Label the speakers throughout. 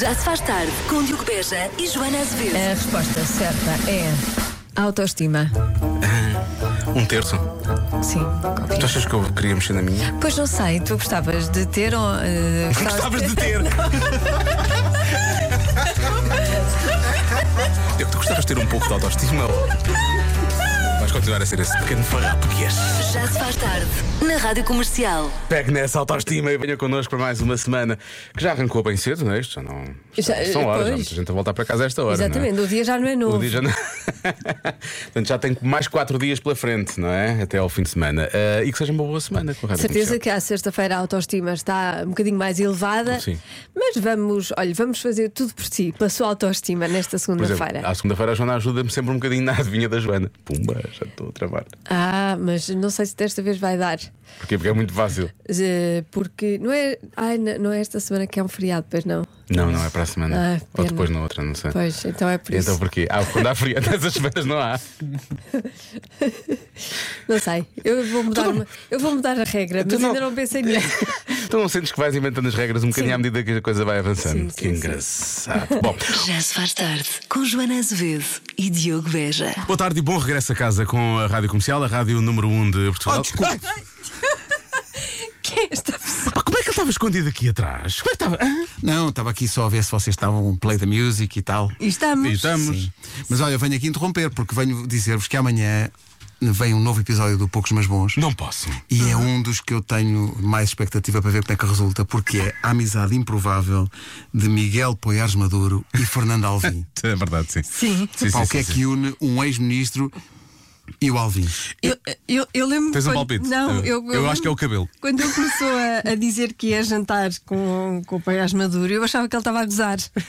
Speaker 1: Já se faz tarde com Diogo Beja e Joana Azevedo.
Speaker 2: A resposta certa é autoestima.
Speaker 3: Um terço?
Speaker 2: Sim.
Speaker 3: Tu achas que eu queria mexer na minha?
Speaker 2: Pois não sei, tu gostavas de ter ou. eh,
Speaker 3: Gostavas de ter! Eu, tu gostavas de ter um pouco de autoestima? ou- Vais continuar a ser esse pequeno farrapo que és.
Speaker 1: Já se faz tarde na Rádio Comercial.
Speaker 3: Pegue nessa autoestima e venha connosco para mais uma semana que já arrancou bem cedo, não é? Isto já não.
Speaker 2: Já-
Speaker 3: são horas, já há
Speaker 2: pois.
Speaker 3: muita gente a voltar para casa a esta hora.
Speaker 2: Exatamente,
Speaker 3: não é?
Speaker 2: o dia já não é novo.
Speaker 3: O dia já não... Portanto, já tem mais quatro dias pela frente, não é? Até ao fim de semana. Ah, e que seja uma boa semana com a Rádio
Speaker 2: Certeza
Speaker 3: Comercial.
Speaker 2: que à sexta-feira a autoestima está um bocadinho mais elevada.
Speaker 3: Sim.
Speaker 2: Mas vamos, olha, vamos fazer tudo por si, pela sua autoestima nesta
Speaker 3: Por exemplo,
Speaker 2: segunda-feira.
Speaker 3: à segunda-feira a Joana ajuda-me sempre um bocadinho na adivinha da Joana. Pumba, já estou a travar.
Speaker 2: Ah, mas não sei se desta vez vai dar.
Speaker 3: Porquê? Porque é muito fácil.
Speaker 2: Eh, Porque não é, ai, n- não é esta semana que é um feriado, pois não.
Speaker 3: Não, não é para a semana.
Speaker 2: Ah,
Speaker 3: Ou
Speaker 2: pena.
Speaker 3: depois na outra, não sei.
Speaker 2: Pois, então é por isso.
Speaker 3: Então porquê? Ah, quando há frio, nessas semanas não há.
Speaker 2: Não sei. Eu vou mudar, uma- eu vou mudar a regra,
Speaker 3: Tu
Speaker 2: mas
Speaker 3: Então não-
Speaker 2: ainda não pensei nisso.
Speaker 3: Então não sentes que vais inventando as regras um bocadinho
Speaker 2: Sim.
Speaker 3: à medida que a coisa vai avançando.
Speaker 2: Sim, sim,
Speaker 3: que
Speaker 2: sim.
Speaker 3: engraçado. Bom,
Speaker 1: Já se faz tarde com Joana Azevedo e Diogo Beja.
Speaker 3: boa tarde e bom regresso a casa com a Rádio Comercial, a Rádio número 1 de Portugal.
Speaker 2: Quem é esta pessoa?
Speaker 3: Pá, como é que ele estava escondido aqui atrás? Como é que estava? Hã?
Speaker 4: Não, estava aqui só a ver se vocês estavam play the music e tal.
Speaker 2: E Estamos.
Speaker 3: E estamos.
Speaker 4: Sim. Mas olha, eu venho aqui interromper porque venho dizer-vos que amanhã vem um novo episódio do Poucos Mas Bons.
Speaker 3: Não posso.
Speaker 4: E é
Speaker 3: Uhum.
Speaker 4: um dos que eu tenho mais expectativa para ver como é que resulta, porque é a amizade improvável de Miguel Poiares Maduro e Fernando Alvim.
Speaker 3: É verdade, sim. Sim. sim,
Speaker 4: Pá, o
Speaker 3: sim,
Speaker 4: que é
Speaker 3: sim.
Speaker 4: que une um ex-ministro e o Alvim?
Speaker 5: Eu, eu, eu lembro.
Speaker 3: Tens um
Speaker 5: quando-
Speaker 3: palpite?
Speaker 5: Não,
Speaker 3: Eu-
Speaker 5: eu,
Speaker 3: eu acho
Speaker 5: lembro-
Speaker 3: que é o cabelo.
Speaker 5: Quando ele começou a, a dizer que ia jantar com, com o Paiás Maduro, eu achava que ele estava a gozar.
Speaker 4: Pá,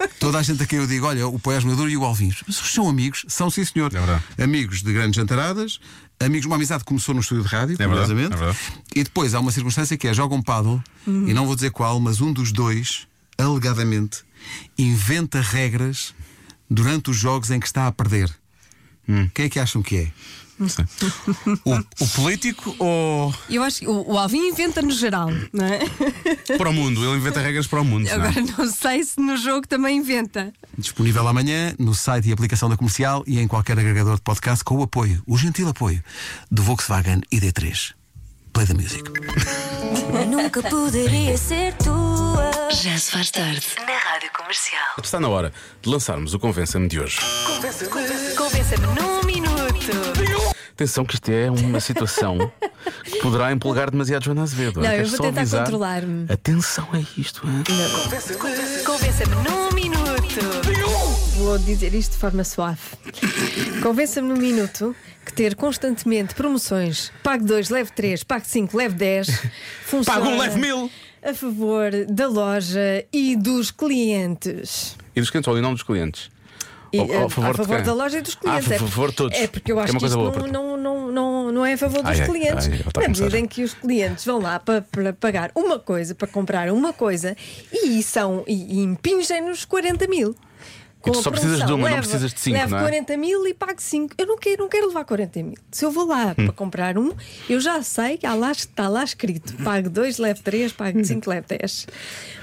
Speaker 4: Ah, Toda a gente a quem eu digo, olha, o Poiás Maduro e o Alvins. Mas eles são amigos, são sim senhor.
Speaker 3: É verdade.
Speaker 4: Amigos de grandes jantaradas, amigos, uma amizade que começou no estúdio de rádio,
Speaker 3: É verdade,
Speaker 4: curiosamente.
Speaker 3: é verdade.
Speaker 4: E depois há uma circunstância que é jogam paddle, e não vou dizer qual, mas um dos dois, alegadamente, inventa regras durante os jogos em que está a perder.
Speaker 3: Hum.
Speaker 4: Quem é que acham que é?
Speaker 3: O, o político ou
Speaker 5: Eu acho que o, o Alvin inventa no geral, não é?
Speaker 3: para o mundo? Ele inventa regras para o mundo. não é?
Speaker 5: Agora não sei se no jogo também inventa.
Speaker 4: Disponível amanhã no site e aplicação da comercial e em qualquer agregador de podcast com o apoio, o gentil apoio, do Volkswagen ID3. Play the music.
Speaker 6: Nunca poderia ser tua.
Speaker 1: Já se faz tarde na Rádio Comercial.
Speaker 3: Está na hora de lançarmos o Convença-me de hoje.
Speaker 1: Convença-me num minuto.
Speaker 3: Atenção que isto é uma situação que poderá empolgar demasiado Joana Azevedo.
Speaker 2: Não, eu
Speaker 3: Quero
Speaker 2: vou
Speaker 3: só
Speaker 2: tentar
Speaker 3: avisar.
Speaker 2: controlar-me.
Speaker 3: Atenção a isto. hã?
Speaker 1: Convença-me num minuto.
Speaker 2: Vou dizer isto de forma suave. Convença-me num minuto que ter constantemente promoções, pague 2, leve 3, pague 5, leve 10, funciona
Speaker 3: Pago um, leve mil.
Speaker 2: a favor da loja e dos clientes.
Speaker 3: E dos clientes, ou em nome dos clientes.
Speaker 2: E,
Speaker 3: Ao- ao
Speaker 2: eh,
Speaker 3: favor de
Speaker 2: a favor
Speaker 3: quem?
Speaker 2: da loja e dos
Speaker 3: Ah,
Speaker 2: clientes.
Speaker 3: a
Speaker 2: É-
Speaker 3: favor de todos.
Speaker 2: É porque eu
Speaker 3: Que é
Speaker 2: acho
Speaker 3: uma
Speaker 2: que
Speaker 3: coisa
Speaker 2: isto não,
Speaker 3: boa para
Speaker 2: não, não, não, não é a favor dos
Speaker 3: Ai, ai,
Speaker 2: clientes.
Speaker 3: ai, eu estava a
Speaker 2: na medida
Speaker 3: começar já.
Speaker 2: em que os clientes vão lá para, para pagar uma coisa, para comprar uma coisa e são e, e impingem-nos 40 mil. Com
Speaker 3: tu
Speaker 2: a
Speaker 3: só precisas de
Speaker 2: promoção,
Speaker 3: uma, não
Speaker 2: leva-
Speaker 3: precisas de cinco,
Speaker 2: Levo
Speaker 3: não é?
Speaker 2: 40 mil e pago 5. Eu não quero, não quero levar 40 mil. Se eu vou lá
Speaker 3: Hum.
Speaker 2: para comprar um, eu já sei que há lá- está lá escrito: pago 2, levo 3, pago 5, levo 10.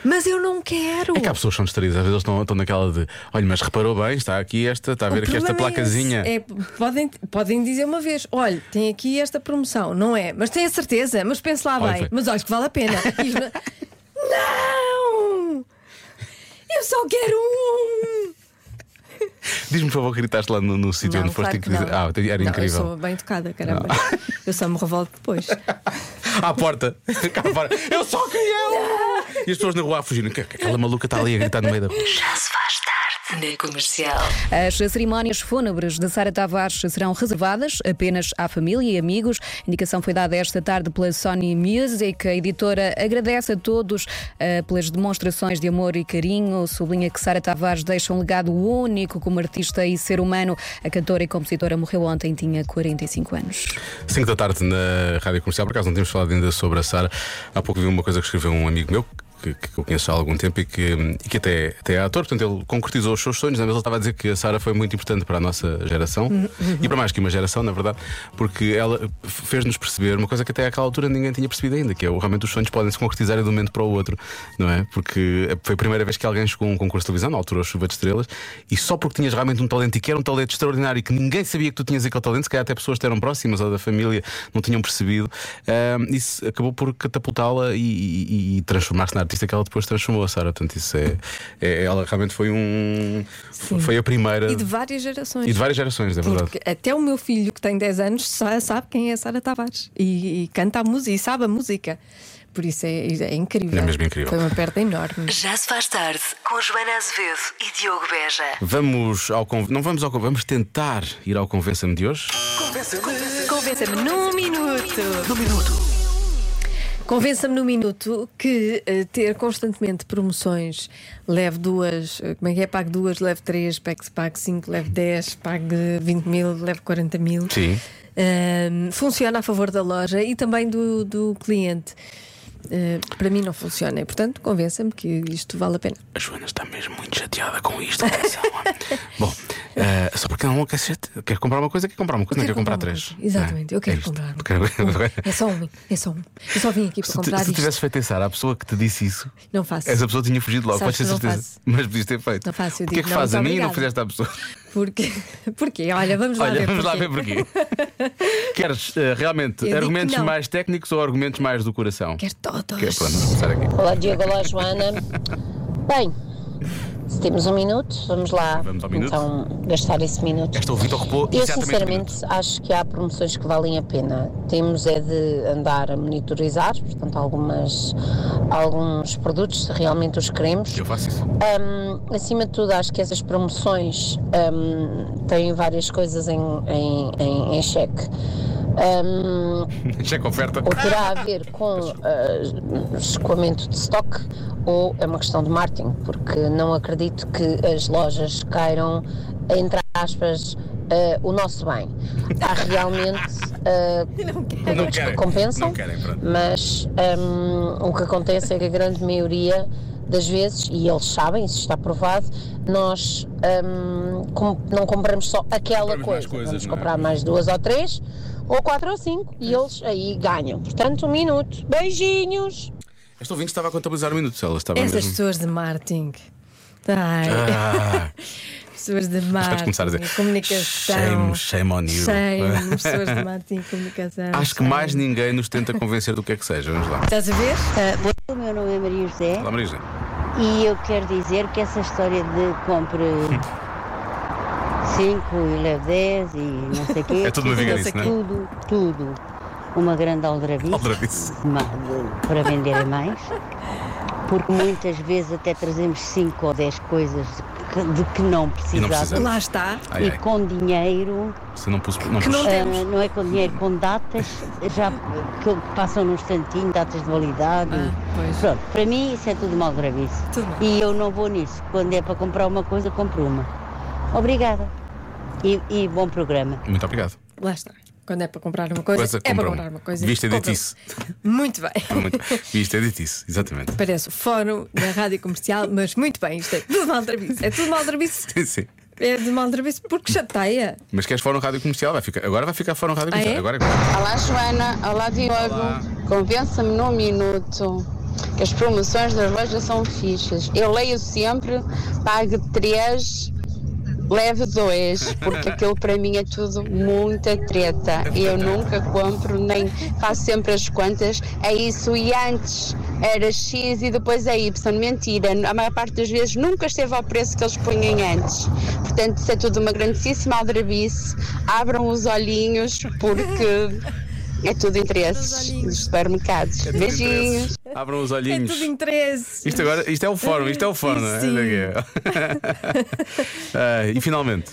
Speaker 2: Mas eu não quero.
Speaker 3: Hum. É que há pessoas que são distraídas, às vezes eles estão, estão naquela de olha, mas reparou bem, está aqui esta, está a
Speaker 2: O
Speaker 3: ver aqui esta
Speaker 2: problema é esse.
Speaker 3: placazinha.
Speaker 2: É, podem, podem dizer uma vez: olha, tem aqui esta promoção, não é? Mas tenho a certeza, mas pense lá
Speaker 3: Olha,
Speaker 2: bem,
Speaker 3: foi.
Speaker 2: mas acho que vale a pena. E não- não! Eu só quero um!
Speaker 3: Diz-me, por favor, que gritaste lá no, no sítio
Speaker 2: Não,
Speaker 3: onde
Speaker 2: claro
Speaker 3: foste e
Speaker 2: que
Speaker 3: que diz-
Speaker 2: não.
Speaker 3: Ah, era
Speaker 2: Não,
Speaker 3: incrível.
Speaker 2: Eu sou bem tocada, caramba. Eu só me revolto depois.
Speaker 3: À porta. Cá fora. Eu só quem eu! E as pessoas na rua a fugirem. Que- que Aquela maluca está ali a gritar no meio da rua.
Speaker 1: Já se faz tarde na Comercial.
Speaker 7: As cerimónias fúnebres de Sara Tavares serão reservadas apenas à família e amigos. A indicação foi dada esta tarde pela Sony Music. A editora agradece a todos eh, pelas demonstrações de amor e carinho. Sublinha que Sara Tavares deixa um legado único como artista e ser humano. A cantora e compositora morreu ontem, tinha 45 anos.
Speaker 3: 5 da tarde na Rádio Comercial, por acaso não tínhamos falado ainda sobre a Sara. Há pouco vi uma coisa que escreveu um amigo meu. que, que eu conheço há algum tempo e que, hum, e que até, até é ator, portanto ele concretizou os seus sonhos. Na mesa ele estava a dizer que a Sara foi muito importante para a nossa geração e para mais que uma geração, na verdade, porque ela fez-nos perceber uma coisa que até àquela altura ninguém tinha percebido ainda, que é o- realmente os sonhos podem se concretizar de um momento para o outro, não é? Porque foi a primeira vez que alguém chegou a um concurso de televisão, na altura, a Chuva de Estrelas, e só porque tinhas realmente um talento e que era um talento extraordinário e que ninguém sabia que tu tinhas aquele talento, se calhar até pessoas que eram próximas ou da família não tinham percebido, ahm, isso acabou por catapultá-la e, e- e transformar-se na artista que ela depois transformou, Sara. Portanto, isso é, é- Ela realmente foi um. Foi a primeira.
Speaker 2: E de várias gerações.
Speaker 3: e de várias gerações, é verdade.
Speaker 2: Porque até o meu filho, que tem 10 anos, sa- sabe quem é a Sara Tavares e, e canta a música e sabe a música. Por isso é, é incrível.
Speaker 3: É mesmo incrível.
Speaker 2: Foi uma perda enorme.
Speaker 1: Já se faz tarde com Joana Azevedo e Diogo Beja.
Speaker 3: Vamos ao con- Não vamos ao con- vamos tentar ir ao Convença-me de hoje.
Speaker 2: Convença-me num minuto. Num minuto. Convença-me num minuto que eh, ter constantemente promoções leve duas, eh, como é que é? Pague duas, leve três, pague, pague cinco, leve dez, pague 20 mil, leve 40 mil.
Speaker 3: Sim.
Speaker 2: Ahm, funciona a favor da loja e também do, do cliente. Eh, para mim não funciona e, portanto, convença-me que isto vale a pena.
Speaker 3: A Joana está mesmo muito chateada com isto. atenção. Bom, eh, só porque não quer, ser- quer comprar uma coisa, quer comprar uma coisa, não quer comprar,
Speaker 2: uma
Speaker 3: três.
Speaker 2: coisa. Exatamente,
Speaker 3: Não é?
Speaker 2: eu quero
Speaker 3: É isto.
Speaker 2: comprar.
Speaker 3: Quero-
Speaker 2: um. É só um, é só um. Eu só vim aqui para
Speaker 3: Se tu,
Speaker 2: comprar
Speaker 3: se tu
Speaker 2: isto.
Speaker 3: tivesse feito pensar à pessoa que te disse isso,
Speaker 2: Não faço.
Speaker 3: essa pessoa tinha fugido logo,
Speaker 2: Sabes
Speaker 3: podes ter
Speaker 2: que não
Speaker 3: certeza.
Speaker 2: faço.
Speaker 3: Mas podias ter feito.
Speaker 2: Não faço, eu
Speaker 3: Porquê
Speaker 2: digo,
Speaker 3: que
Speaker 2: não,
Speaker 3: fazes a
Speaker 2: muito
Speaker 3: mim e não
Speaker 2: obrigada.
Speaker 3: fizeste à pessoa?
Speaker 2: Porque, porque, olha, vamos lá
Speaker 3: Olha,
Speaker 2: ver.
Speaker 3: vamos lá
Speaker 2: porquê.
Speaker 3: ver porquê. Queres eh, realmente
Speaker 2: Eu digo
Speaker 3: argumentos
Speaker 2: que não.
Speaker 3: mais técnicos ou argumentos mais do coração?
Speaker 2: Quero todos.
Speaker 3: Que é, pronto, vamos começar aqui.
Speaker 8: Olá Diogo, olá Joana. Bem, se temos um minuto, vamos lá
Speaker 3: Vamos ao minuto.
Speaker 8: então gastar esse minuto.
Speaker 3: Esta ouvinte ocupou
Speaker 8: Eu
Speaker 3: exatamente um
Speaker 8: sinceramente acho que há promoções que valem a pena. Temos é de andar a monitorizar, portanto, algumas, alguns produtos, se realmente os queremos.
Speaker 3: Eu faço isso.
Speaker 8: Um, acima de tudo, acho que essas promoções um, têm várias coisas em, em, em, em xeque. Um,
Speaker 3: Checa a é oferta.
Speaker 8: ou terá a ver com ah, escoamento de stock ou é uma questão de marketing, porque não acredito que as lojas queiram, entre aspas, ah, o nosso bem. Há realmente ah,
Speaker 3: Não
Speaker 8: produtos que
Speaker 3: querem.
Speaker 8: compensam,
Speaker 3: Não querem, pronto.
Speaker 8: mas hum, o que acontece é que a grande maioria das vezes, e eles sabem, isso está provado, nós hum, com- não compramos só aquela
Speaker 3: Compramos mais
Speaker 8: coisa,
Speaker 3: coisas,
Speaker 8: vamos
Speaker 3: não é?
Speaker 8: comprar mais duas ou três, ou quatro ou cinco, e eles aí ganham. Portanto, um minuto. Beijinhos!
Speaker 3: Esta ouvinte estava a contabilizar minutos, ela estava
Speaker 2: É Essas
Speaker 3: mesmo.
Speaker 2: pessoas de marketing. Ai,
Speaker 3: Ah,
Speaker 2: pessoas de
Speaker 3: vais
Speaker 2: marketing.
Speaker 3: começar a dizer.
Speaker 2: Comunicação.
Speaker 3: Shame, shame on you.
Speaker 2: Shame, pessoas de marketing e comunicação.
Speaker 3: Acho que
Speaker 2: shame.
Speaker 3: mais ninguém nos tenta convencer do que é que seja. Vamos lá.
Speaker 2: Estás a ver?
Speaker 9: O meu nome é Maria José
Speaker 3: Olá, Marisa.
Speaker 9: e eu quero dizer que essa história de compre 5 e leve 10 e não sei o quê.
Speaker 3: É tudo uma
Speaker 9: isso
Speaker 3: vigarice, não é?
Speaker 9: Tudo, tudo. Uma grande aldrabice
Speaker 3: Aldrabice.
Speaker 9: de ma- de- para venderem mais. Porque muitas vezes até trazemos 5 ou 10 coisas de que, de que não precisávamos.
Speaker 3: precisamos.
Speaker 2: Lá está.
Speaker 3: Ai,
Speaker 9: E
Speaker 3: ai.
Speaker 9: com dinheiro,
Speaker 3: Se não pus. Não
Speaker 2: Que não
Speaker 3: pus.
Speaker 9: ah,
Speaker 2: temos.
Speaker 9: não é com dinheiro, com datas, já que passam num instantinho, datas de validade.
Speaker 2: Ah, pois.
Speaker 9: Pronto, para mim isso é tudo mal gravíssimo.
Speaker 2: Tudo mal.
Speaker 9: E eu não vou nisso. Quando é para comprar uma coisa, compro uma. Obrigada. E, e bom programa.
Speaker 3: Muito obrigado.
Speaker 2: Lá está. Quando é para comprar uma coisa,
Speaker 3: Coisa
Speaker 2: é para
Speaker 3: compram.
Speaker 2: comprar uma coisa.
Speaker 3: Vista de
Speaker 2: compram.
Speaker 3: ditice.
Speaker 2: Muito bem.
Speaker 3: Muito. Isto é ditice, exatamente.
Speaker 2: Parece o fórum da rádio comercial, mas muito bem, isto é tudo maldrabice. É tudo maldrabice.
Speaker 3: Sim, sim.
Speaker 2: É de maldrabice porque chateia.
Speaker 3: Mas queres fora um rádio comercial? Vai ficar, agora vai ficar fora um rádio
Speaker 2: Ah,
Speaker 3: comercial.
Speaker 2: é?
Speaker 3: Agora é
Speaker 10: Olá Joana, olá Diogo. Convença-me num minuto que as promoções das lojas são fixas. Eu leio sempre, pague três, leve dois, porque aquilo para mim é tudo muita treta. Eu nunca compro, nem faço sempre as contas. É isso e antes era X e depois é Y. Mentira, a maior parte das vezes nunca esteve ao preço que eles punham antes. Portanto, isso é tudo uma grandíssima aldrabice. Abram os olhinhos, porque. É tudo interesses dos supermercados. Beijinhos.
Speaker 3: Abram os
Speaker 2: É
Speaker 3: olhinhos.
Speaker 2: tudo interesse.
Speaker 3: Isto agora, isto é o fórum, isto é o fórum, não é?
Speaker 2: Sim.
Speaker 3: Ah, e finalmente,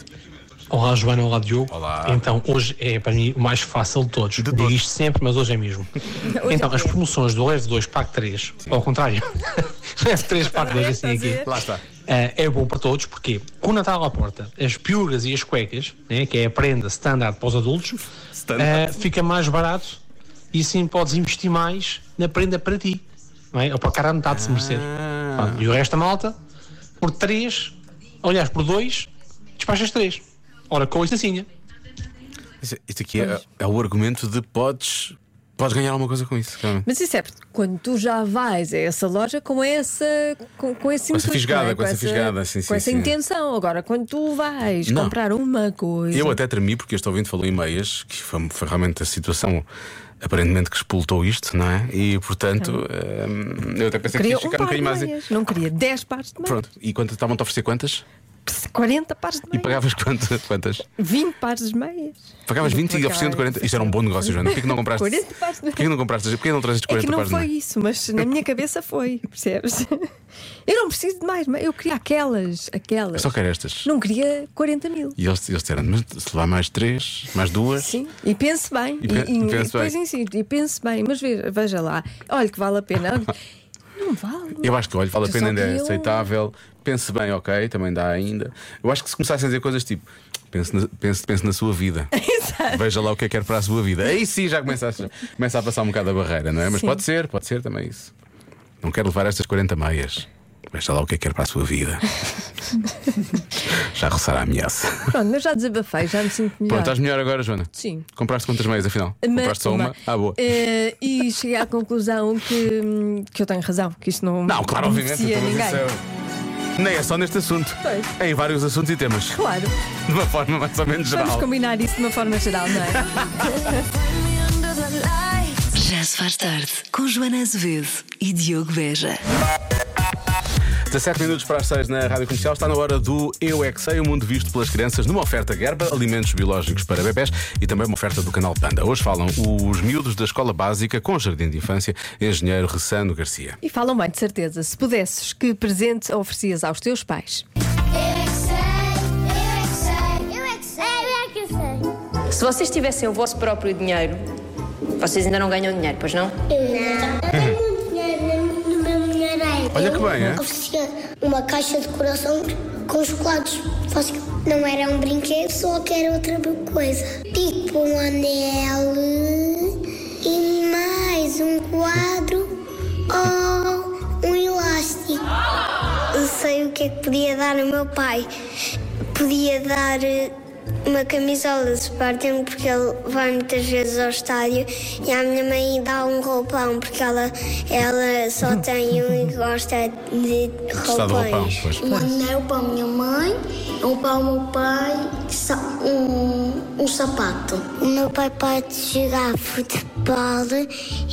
Speaker 11: Olá Joana, olá Diogo.
Speaker 3: Olá.
Speaker 11: Então, hoje é para mim o mais fácil de todos. Digo
Speaker 3: todos.
Speaker 11: isto sempre, mas hoje é mesmo. então, as promoções do Leve 2 Pack 3, ao contrário, Leve 3 Pack 2, assim aqui.
Speaker 3: lá está.
Speaker 11: Ah, é bom para todos, porque com o Natal à porta, as piugas e as cuecas, né, que é a prenda standard para os adultos,
Speaker 3: Standard.
Speaker 11: Eh, ah, fica mais barato e assim podes investir mais na prenda para ti. não é? Ou para o cara a metade se merecer. Pronto, E o resto da malta, por 3, aliás, por 2, despachas 3. Ora, com licencinha.
Speaker 3: Isto, isto aqui é, é o argumento de podes, podes ganhar alguma coisa com isso. Claro.
Speaker 2: Mas isso é porque quando tu já vais a essa loja com essa com, com esse
Speaker 3: Com essa
Speaker 2: intuito,
Speaker 3: fisgada,
Speaker 2: não é?
Speaker 3: com essa fisgada, sim,
Speaker 2: com
Speaker 3: sim,
Speaker 2: essa
Speaker 3: sim.
Speaker 2: intenção. Agora, quando tu vais
Speaker 3: Não.
Speaker 2: comprar uma coisa,
Speaker 3: Eu até tremi porque este ouvinte falou em meias, que foi, foi realmente a situação aparentemente que expultou isto, não é? E portanto, hum, eu até pensei que
Speaker 2: queria
Speaker 3: ia
Speaker 2: um
Speaker 3: ficar um
Speaker 2: par de
Speaker 3: bocadinho mais. em-
Speaker 2: meias, não é? queria 10 pares de meias,
Speaker 3: Pronto, e quanto estavam-te a oferecer quantas?
Speaker 2: 40 pares de
Speaker 3: E
Speaker 2: meias,
Speaker 3: pagavas quanto, quantas?
Speaker 2: 20 pares de meias.
Speaker 3: Pagavas 20 e ofereciam-te 40. Isto era um bom negócio, Joana. Porquê que não compraste?
Speaker 2: 40 pares de
Speaker 3: Porquê que não compraste? Porquê que não trazes
Speaker 2: É
Speaker 3: 40
Speaker 2: que não
Speaker 3: pares de
Speaker 2: foi
Speaker 3: meias?
Speaker 2: isso, mas na minha cabeça foi, percebes? Eu não preciso de mais, mas eu queria aquelas,
Speaker 3: Eu
Speaker 2: aquelas.
Speaker 3: só quero estas.
Speaker 2: Não queria 40 mil.
Speaker 3: E eles, eles disseram, mas se lá mais 3, mais 2.
Speaker 2: Sim, e pense bem.
Speaker 3: E pe-
Speaker 2: e,
Speaker 3: e pense
Speaker 2: depois
Speaker 3: bem.
Speaker 2: insisto, e pense bem, mas veja, veja lá, olha que vale a pena. Olha, não vale.
Speaker 3: Eu acho que, olha, vale a
Speaker 2: Eu
Speaker 3: pena,
Speaker 2: só
Speaker 3: ainda é
Speaker 2: queria um.
Speaker 3: aceitável. Pense bem, ok, também dá ainda. Eu acho que se começassem a dizer coisas tipo, pense na, pense, pense na sua vida. Veja lá o que é que quer para a sua vida. Aí sim já começa a, começa a passar um bocado a barreira, não é? Mas
Speaker 2: Sim.
Speaker 3: pode ser, pode ser também isso. Não quero levar estas 40 meias. Veja lá o que é que quer para a sua vida. já roçar a ameaça.
Speaker 2: Pronto, eu já desabafei, já me sinto melhor.
Speaker 3: Pronto, estás melhor agora, Joana?
Speaker 2: Sim.
Speaker 3: Compraste quantas meias afinal?
Speaker 2: Mas-
Speaker 3: Compraste só uma? Ah, boa.
Speaker 2: Eh, e cheguei à conclusão que, hum, que eu tenho razão, que isto não.
Speaker 3: Não, claro, obviamente.
Speaker 2: beneficia
Speaker 3: então, mas
Speaker 2: ninguém.
Speaker 3: isso é- Nem é só neste assunto.
Speaker 2: Pois.
Speaker 3: É em vários assuntos e temas.
Speaker 2: Claro,
Speaker 3: De uma forma mais ou menos
Speaker 2: vamos
Speaker 3: geral.
Speaker 2: combinar isso de uma forma geral, não é?
Speaker 1: Já se faz tarde com Joana Azevedo e Diogo Veja.
Speaker 3: 17 minutos para as 6 na Rádio Comercial. Está na hora do Eu É Que Sei, o mundo visto pelas crianças, numa oferta Gerba, alimentos biológicos para bebés e também uma oferta do canal Panda. Hoje falam os miúdos da escola básica com jardim de infância, engenheiro Ressano Garcia.
Speaker 2: E falam bem, de certeza. Se pudesses, que presente oferecias aos teus pais?
Speaker 12: Se vocês tivessem o vosso próprio dinheiro, vocês ainda não ganham dinheiro, pois não?
Speaker 13: Olha
Speaker 12: Olha que bem, é?
Speaker 13: Uma caixa de coração com chocolates. Só que Não era um brinquedo, só que era outra coisa. Tipo um anel e mais um quadro ou um elástico. Não sei o que é que podia dar ao meu pai. Podia dar eh, uma camisola de Sporting porque ele vai muitas vezes ao estádio e à minha mãe dá um roupão porque ela, ela só tem um e gosta de
Speaker 3: Gostar de roupão,
Speaker 13: roupões.
Speaker 3: pois.
Speaker 13: Um anel para a minha mãe, um para o meu pai, sa- um, um sapato. O meu pai pode jogar futebol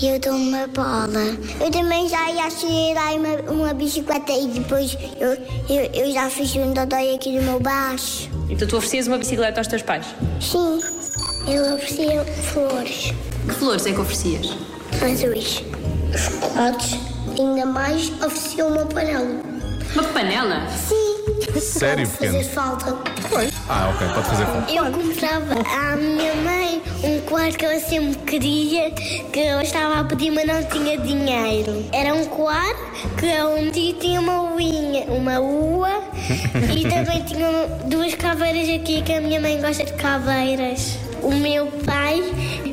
Speaker 13: e eu dou uma bola. Eu também já ia tirar uma, uma bicicleta e depois eu, eu, eu já fiz um dodói aqui no meu baixo.
Speaker 12: Então tu oferecias uma bicicleta aos teus pais?
Speaker 13: Sim, eu oferecia flores
Speaker 12: Que flores é que oferecias?
Speaker 13: azuis, chocolates, ainda mais oferecia uma panela.
Speaker 12: Uma panela?
Speaker 13: Sim.
Speaker 3: Sério,
Speaker 13: Pode fazer
Speaker 3: pequeno?
Speaker 13: falta.
Speaker 3: Ah, ok, pode fazer com.
Speaker 13: Eu comprava à minha mãe um quarto que ela sempre queria, que eu estava a pedir, mas não tinha dinheiro. Era um quarto que onde tinha uma uinha, uma ua, e também tinha duas caveiras aqui, que a minha mãe gosta de caveiras. O meu pai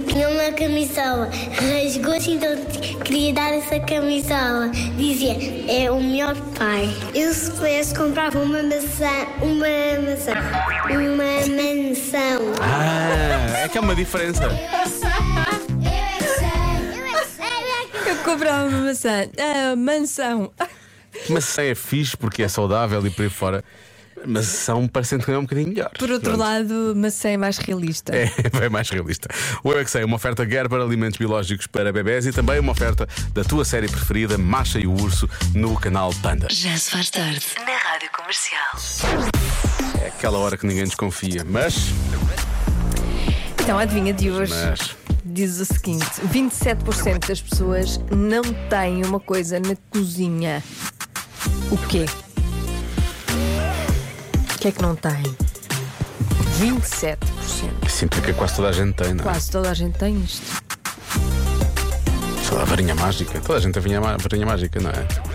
Speaker 13: tinha uma camisola, rasgou-se, então t- queria dar essa camisola. Dizia, é o melhor pai. Eu se pudesse comprava uma maçã, uma maçã, uma mansão.
Speaker 3: Ah, é que é uma diferença.
Speaker 2: Eu comprava uma maçã. Ah, mansão. Ah,
Speaker 3: Maçã é fixe porque é saudável e por aí fora. Maçã parecendo que é um bocadinho melhor.
Speaker 2: Por outro
Speaker 3: Pronto.
Speaker 2: lado, maçã é mais realista.
Speaker 3: É bem mais realista. O Eu é que sei, uma oferta Gerber Alimentos Biológicos para bebés e também uma oferta da tua série preferida, Macha e o Urso, no canal Panda.
Speaker 1: Já se faz tarde na Rádio Comercial.
Speaker 3: É aquela hora que ninguém desconfia, mas.
Speaker 2: Então, adivinha de hoje
Speaker 3: Mas. é.
Speaker 2: diz o seguinte: 27% das pessoas não têm uma coisa na cozinha. O quê? O que é que não tem? 27%.
Speaker 3: Sim, porque quase toda a gente tem, não é?
Speaker 2: Quase toda a gente tem isto.
Speaker 3: Toda a varinha mágica. Toda a gente tem varinha, má- varinha mágica, não é? Senão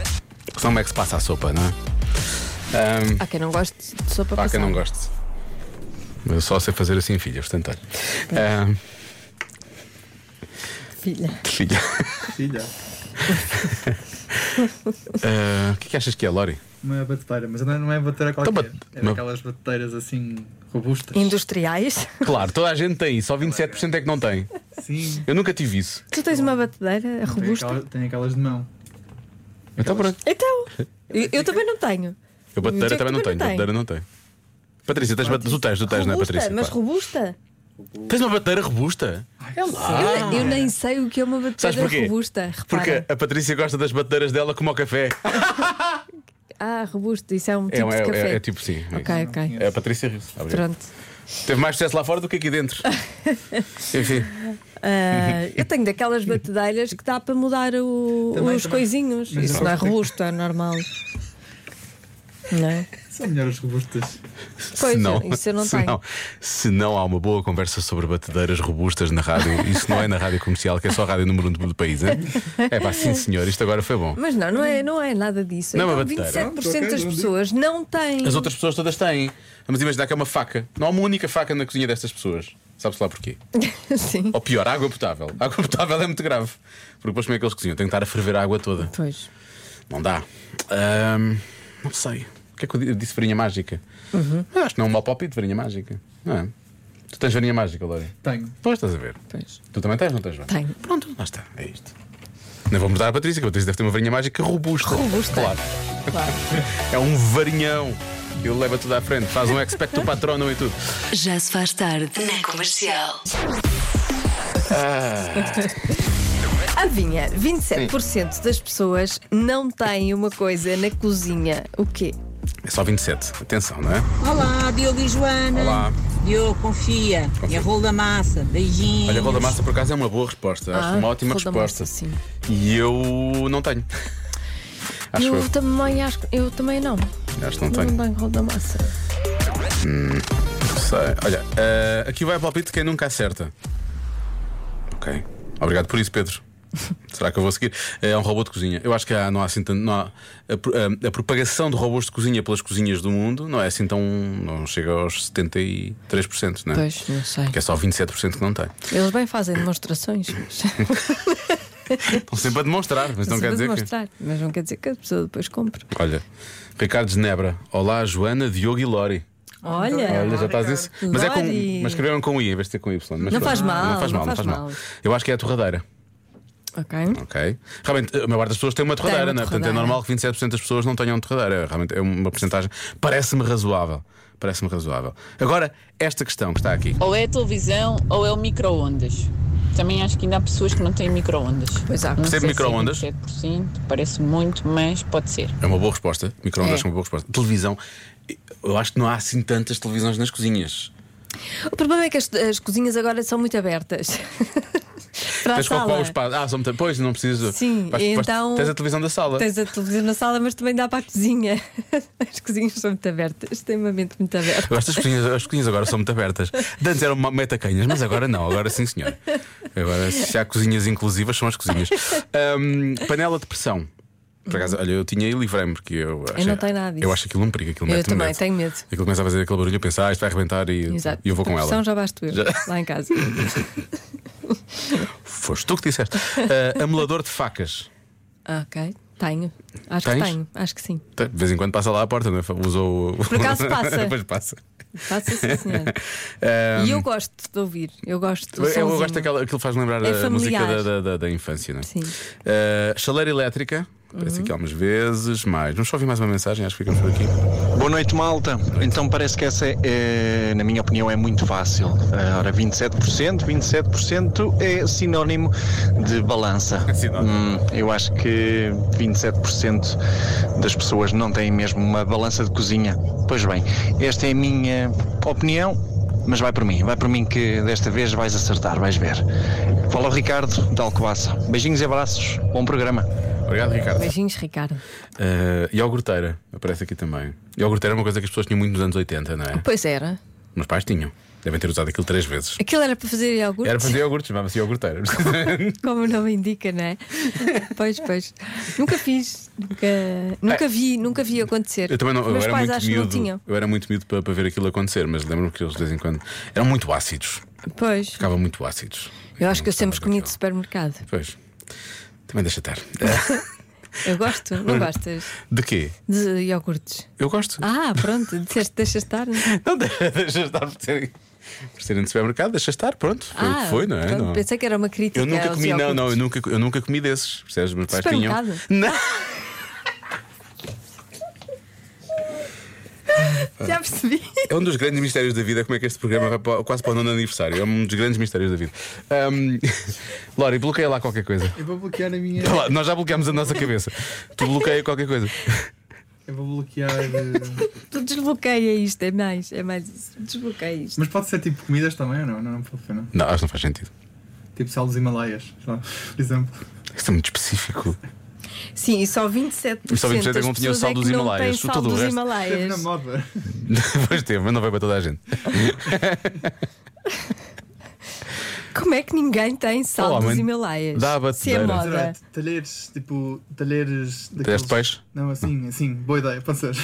Speaker 3: como é que se passa a sopa, não é? Ahm,
Speaker 2: Há quem não goste de sopa
Speaker 3: Há quem
Speaker 2: passada.
Speaker 3: não goste. Eu só sei fazer assim, filha, portanto. olha. Ahm,
Speaker 2: Filha.
Speaker 3: filha.
Speaker 2: Filha.
Speaker 3: Ah, O que é que achas que é, Lori?
Speaker 14: Uma bateteira, mas não é bateteira qualquer. É
Speaker 3: uma-
Speaker 14: daquelas bateteiras assim robustas.
Speaker 2: Industriais?
Speaker 3: Claro, toda a gente tem, só 27% é que não tem.
Speaker 14: Sim.
Speaker 3: Eu nunca tive isso.
Speaker 2: Tu tens uma batedeira
Speaker 14: Tem
Speaker 2: robusta?
Speaker 14: aquelas, tem aquelas de mão.
Speaker 3: Então pronto.
Speaker 2: Então, eu, eu também não tenho. Mas
Speaker 3: Eu
Speaker 2: é
Speaker 3: batedeira
Speaker 2: que
Speaker 3: também não tenho. Batedeira não tenho. Patrícia, tens bate- tu tens, tu tens, não é,
Speaker 2: robusta,
Speaker 3: Patrícia?
Speaker 2: mas
Speaker 3: Claro.
Speaker 2: robusta?
Speaker 3: Tens uma batedeira robusta?
Speaker 2: Eu,
Speaker 3: claro.
Speaker 2: eu nem sei o que é uma
Speaker 3: Sabes
Speaker 2: batedeira
Speaker 3: porquê?
Speaker 2: robusta. Repara.
Speaker 3: Porque a Patrícia gosta das bateiras dela como ao café.
Speaker 2: Ah, robusta, isso é um tipo de
Speaker 3: é, é-
Speaker 2: café.
Speaker 3: é- é tipo sim. é
Speaker 2: Ok,
Speaker 3: isso.
Speaker 2: ok.
Speaker 3: A Patrícia riu-se. Obrigado.
Speaker 2: Pronto.
Speaker 3: Teve mais sucesso lá fora do que aqui dentro. Enfim.
Speaker 2: Ah, eu tenho daquelas batedeiras que dá para mudar o-
Speaker 14: Também,
Speaker 2: os
Speaker 14: também.
Speaker 2: coisinhos.
Speaker 14: Mas
Speaker 2: Isso
Speaker 14: não.
Speaker 2: não é robusto, é normal. Não é?
Speaker 14: São melhores robustas.
Speaker 2: Pois, isso eu não
Speaker 3: se
Speaker 2: tenho.
Speaker 3: não, se não há uma boa conversa sobre batedeiras robustas na rádio, isso não é na rádio comercial, que é só a rádio número 1 um do país, hein? é? pá, sim senhor, isto agora foi bom.
Speaker 2: Mas não, não é, não é nada disso.
Speaker 3: Não é uma
Speaker 2: então,
Speaker 3: batedeira.
Speaker 2: 27% das pessoas não têm.
Speaker 3: As outras pessoas todas têm. Vamos imaginar que é uma faca. Não há uma única faca na cozinha destas pessoas. Sabe-se lá porquê?
Speaker 2: Sim.
Speaker 3: Ou pior, água potável. Água potável é muito grave. Porque depois como é que eles cozinham? Tem que estar a ferver a água toda.
Speaker 2: Pois.
Speaker 3: Não dá. Ahm, não sei. O que é que eu di- eu disse varinha mágica? Eu Acho que não é um mau palpite, varinha mágica. Não é? Tu tens varinha mágica, Lória?
Speaker 14: Tenho.
Speaker 3: Pois estás a ver.
Speaker 2: Tens.
Speaker 3: Tu também tens, não tens, Joana?
Speaker 2: Tenho.
Speaker 3: Pronto, lá está. É isto. Não vou mudar a Patrícia, que a Patrícia deve ter uma varinha mágica robusta. Robusta. Claro. é um varinhão. Ele leva tudo à frente, faz um expecto patrono e tudo.
Speaker 1: Já se faz tarde na comercial.
Speaker 2: Adivinha, 27% das pessoas não têm uma coisa na cozinha. O quê?
Speaker 3: É só 27. Atenção, não é?
Speaker 15: Olá, Diogo e Joana.
Speaker 3: Olá.
Speaker 15: Diogo, confia. É rolo da massa. Beijinhos.
Speaker 3: Olha, a roda massa por acaso é uma boa resposta. Acho
Speaker 2: Ah,
Speaker 3: uma ótima
Speaker 2: roda
Speaker 3: resposta.
Speaker 2: massa, sim.
Speaker 3: E eu não tenho. Acho
Speaker 2: eu
Speaker 3: eu.
Speaker 2: também acho que- eu também não. um
Speaker 3: Acho que não
Speaker 2: Não
Speaker 3: tenho.
Speaker 2: tenho rolo da massa.
Speaker 3: Hum, não sei. Olha, eh, aqui vai o palpite de quem nunca acerta. Ok. Obrigado por isso, Pedro. Será que eu vou seguir? É um robô de cozinha. Eu acho que há- não há assim tanto. não há- a, pro- a- a propagação de robôs de cozinha pelas cozinhas do mundo não é assim tão. não chega aos 73%, não é?
Speaker 2: Pois, não sei.
Speaker 3: Porque é só 27% que não tem.
Speaker 2: Eles bem fazem demonstrações. mas-
Speaker 3: Estão sempre a demonstrar, mas não
Speaker 2: Sim,
Speaker 3: quer
Speaker 2: para
Speaker 3: dizer que.
Speaker 2: demonstrar, Mas não quer dizer que a pessoa depois compre.
Speaker 3: Olha, Ricardo Genebra, olá Joana, Diogo e Lori.
Speaker 2: Olha,
Speaker 3: Então, Olha, já estás isso. Mas, é com,
Speaker 2: É, Lori.
Speaker 3: mas escreveram com I em vez de ser com Y. Mas
Speaker 2: Não
Speaker 3: pronto.
Speaker 2: faz mal,
Speaker 3: não faz mal, não faz mal. Eu acho que é a torradeira,
Speaker 2: Ok.
Speaker 3: ok? Realmente, a maior parte das pessoas tem uma
Speaker 2: Tem
Speaker 3: torradeira,
Speaker 2: uma
Speaker 3: não é? Portanto, é
Speaker 2: torradeira.
Speaker 3: normal que 27% das pessoas não tenham torradeira. Realmente é uma porcentagem. Parece-me razoável. Parece-me razoável. Agora, esta questão que está aqui.
Speaker 16: Ou é a televisão ou é o micro-ondas. Também acho que ainda há pessoas que não têm micro-ondas. Pois há,
Speaker 3: Percebe micro-ondas?
Speaker 16: 7%, parece muito, mas pode ser.
Speaker 3: É uma boa resposta. Microondas
Speaker 16: É.
Speaker 3: é. uma boa resposta. Televisão. Eu acho que não há assim tantas televisões nas cozinhas.
Speaker 2: O problema é que as, as cozinhas agora são muito abertas. Para a
Speaker 3: Tens que ocupar
Speaker 2: sala.
Speaker 3: o espaço. Ah, são muito... Pois, não preciso.
Speaker 2: Sim,
Speaker 3: Vais- vais-
Speaker 2: então.
Speaker 3: Tens a televisão da sala.
Speaker 2: Tens a televisão na sala, mas também dá para a cozinha. As cozinhas são muito abertas, têm uma mente muito aberta.
Speaker 3: Eu acho que as cozinhas, as cozinhas agora são muito abertas. De Antes eram uma- metacanhas, mas agora não, agora sim, senhor. Agora, se há cozinhas inclusivas, são as cozinhas. Ahm, panela de pressão. Por acaso, olha, eu tinha e livrei-me, porque eu acho.
Speaker 2: não tenho nada disso.
Speaker 3: Eu acho aquilo um perigo, aquilo
Speaker 2: Eu
Speaker 3: mete-me
Speaker 2: também
Speaker 3: medo.
Speaker 2: tenho medo.
Speaker 3: Aquilo começa a fazer aquele barulho, eu penso, ah, isto vai arrebentar e,
Speaker 2: Exato.
Speaker 3: e eu vou com ela.
Speaker 2: São já basto eu,
Speaker 3: Já.
Speaker 2: lá em casa.
Speaker 3: Foste tu que disseste. Ah, amolador de facas.
Speaker 2: Ah, ok, tenho. Acho que
Speaker 3: Tens?
Speaker 2: tenho, acho que sim.
Speaker 3: De vez em quando passa lá à porta, não é? Usou o.
Speaker 2: Por acaso passa.
Speaker 3: Depois passa.
Speaker 2: Faça sim, senhora.
Speaker 3: Ahm,
Speaker 2: E eu gosto de ouvir, eu gosto. do
Speaker 3: Um. Eu,
Speaker 2: somzinho.
Speaker 3: gosto daquela, aquilo faz lembrar
Speaker 2: É
Speaker 3: a música
Speaker 2: familiar.
Speaker 3: da, da, da- da infância, não é?
Speaker 2: Sim. Uhum.
Speaker 3: Eh, chaleira elétrica, aparece aqui algumas vezes, mais. Vamos só ouvir mais uma mensagem, acho que ficamos por aqui.
Speaker 17: Boa noite, malta. Então parece que essa, é, eh, na minha opinião, é muito fácil. Eh, Ora, 27%, 27% é sinónimo de balança. Hum, eu acho que 27% das pessoas não têm mesmo uma balança de cozinha. Pois bem, esta é a minha opinião, mas vai por mim. Vai por mim que desta vez vais acertar, vais ver. Fala o Ricardo, de Alcobaça. Beijinhos e abraços. Bom programa.
Speaker 3: Obrigado, Ricardo.
Speaker 2: Beijinhos, Ricardo.
Speaker 3: Eh, iogurteira, aparece aqui também. Iogurteira é uma coisa que as pessoas tinham muito nos anos 80, não é?
Speaker 2: Pois era.
Speaker 3: Meus pais tinham. Devem ter usado aquilo três vezes.
Speaker 2: Aquilo era para fazer iogurte.
Speaker 3: Era para fazer iogurtes, chamava-se iogurteira.
Speaker 2: Como o nome indica, não é? pois, pois. Nunca fiz, nunca, nunca vi, nunca vi acontecer.
Speaker 3: Eu também não, eu
Speaker 2: Meus
Speaker 3: era
Speaker 2: pais
Speaker 3: muito
Speaker 2: acho que não tinham.
Speaker 3: miúdo. Eu era muito miúdo para, para ver aquilo acontecer, mas lembro-me que eles de vez em quando eram muito ácidos.
Speaker 2: Pois.
Speaker 3: Ficavam muito ácidos.
Speaker 2: Eu acho que eu sempre escolhi de supermercado.
Speaker 3: Pois. Também deixa estar.
Speaker 2: Eu gosto, não gostas?
Speaker 3: De quê?
Speaker 2: De iogurtes.
Speaker 3: Eu gosto.
Speaker 2: Ah, pronto, disseste deixa estar.
Speaker 3: Não, deixa estar por serem, por serem de supermercado, deixa estar, pronto. Foi o
Speaker 2: Ah,
Speaker 3: que foi, não é?
Speaker 2: pronto,
Speaker 3: Não-
Speaker 2: pensei que era uma crítica
Speaker 3: Eu nunca
Speaker 2: aos
Speaker 3: comi, não, não,
Speaker 2: iogurtes.
Speaker 3: eu nunca, eu nunca comi desses, percebes? Meus pais tinham.
Speaker 2: Supermercado?
Speaker 3: Não!
Speaker 2: Já percebi.
Speaker 3: É um dos grandes mistérios da vida, como é que este programa vai para- quase para o nono aniversário. É um dos grandes mistérios da vida. Ahm, Lori, bloqueia lá qualquer coisa.
Speaker 14: Eu vou bloquear a minha.
Speaker 3: Tá lá, Nós já bloqueámos a nossa cabeça. Tu bloqueia qualquer coisa.
Speaker 14: Eu vou bloquear. eh,
Speaker 2: Tu desbloqueia isto, é mais, é mais isso. Desbloqueia isto.
Speaker 14: Mas pode ser tipo comidas também ou não? Não, não pode ser, não.
Speaker 3: Não, acho que não faz sentido.
Speaker 14: Tipo sal dos Himalaias, sei lá, por exemplo.
Speaker 3: Isto é muito específico.
Speaker 2: Sim, e só 27%
Speaker 3: E só 27 é que
Speaker 2: das
Speaker 3: não tinha
Speaker 2: pessoas
Speaker 3: sal
Speaker 2: é que
Speaker 3: dos
Speaker 2: não têm
Speaker 3: Himalaias.
Speaker 2: sal
Speaker 3: Todo o
Speaker 2: dos
Speaker 3: resto-
Speaker 14: Esteve
Speaker 2: Himalaias.
Speaker 14: na moda.
Speaker 3: Pois teve, mas não vai para toda a gente.
Speaker 2: Como é que ninguém tem sal
Speaker 3: Oh,
Speaker 2: dos
Speaker 3: mano,
Speaker 2: Himalaias?
Speaker 3: dá a
Speaker 2: Se é
Speaker 3: batedeira.
Speaker 2: moda.
Speaker 14: Será Talheres, tipo, talheres.
Speaker 3: Talheres de peixe?
Speaker 14: Não, assim, assim, boa ideia, pode ser.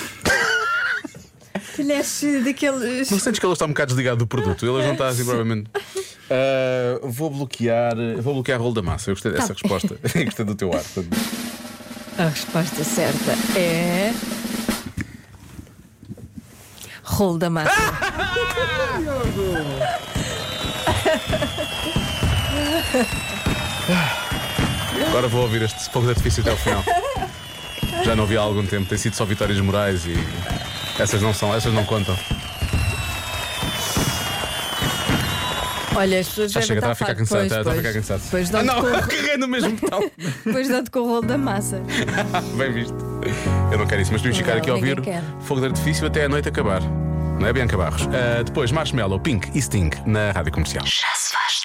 Speaker 2: Talheres daqueles.
Speaker 3: Não sentes que ele está um bocado desligado do produto. Ele não está assim, provavelmente. Ah, vou bloquear. Vou bloquear o rolo da massa. Eu gostei
Speaker 2: Tá.
Speaker 3: dessa resposta. Eu gostei do teu ar.
Speaker 2: A resposta certa é. Rolo da massa.
Speaker 3: Ah! Agora vou ouvir este pouco de artifício até ao final. Já não vi há algum tempo. Tem sido só vitórias morais e. Essas não são, essas não contam.
Speaker 2: Olha, as pessoas
Speaker 3: Já
Speaker 2: devem
Speaker 3: chega, está a
Speaker 2: estar
Speaker 3: ficar
Speaker 2: fartas.
Speaker 3: cansado.
Speaker 2: Pois,
Speaker 3: Está está a ficar
Speaker 2: pois.
Speaker 3: cansado.
Speaker 2: Pois
Speaker 3: Ah,
Speaker 2: dão-te
Speaker 3: não,
Speaker 2: com-
Speaker 3: carreguei no mesmo botão.
Speaker 2: Depois dá-te com o rolo da massa.
Speaker 3: Bem visto. Eu não quero isso, mas podemos ficar
Speaker 2: Não,
Speaker 3: aqui a
Speaker 2: ninguém
Speaker 3: ouvir
Speaker 2: quer.
Speaker 3: Fogo de Artifício até a noite acabar. Não é, Bianca Barros? Ah, depois, Marshmallow, Pink e Sting na rádio comercial.
Speaker 1: Já se faz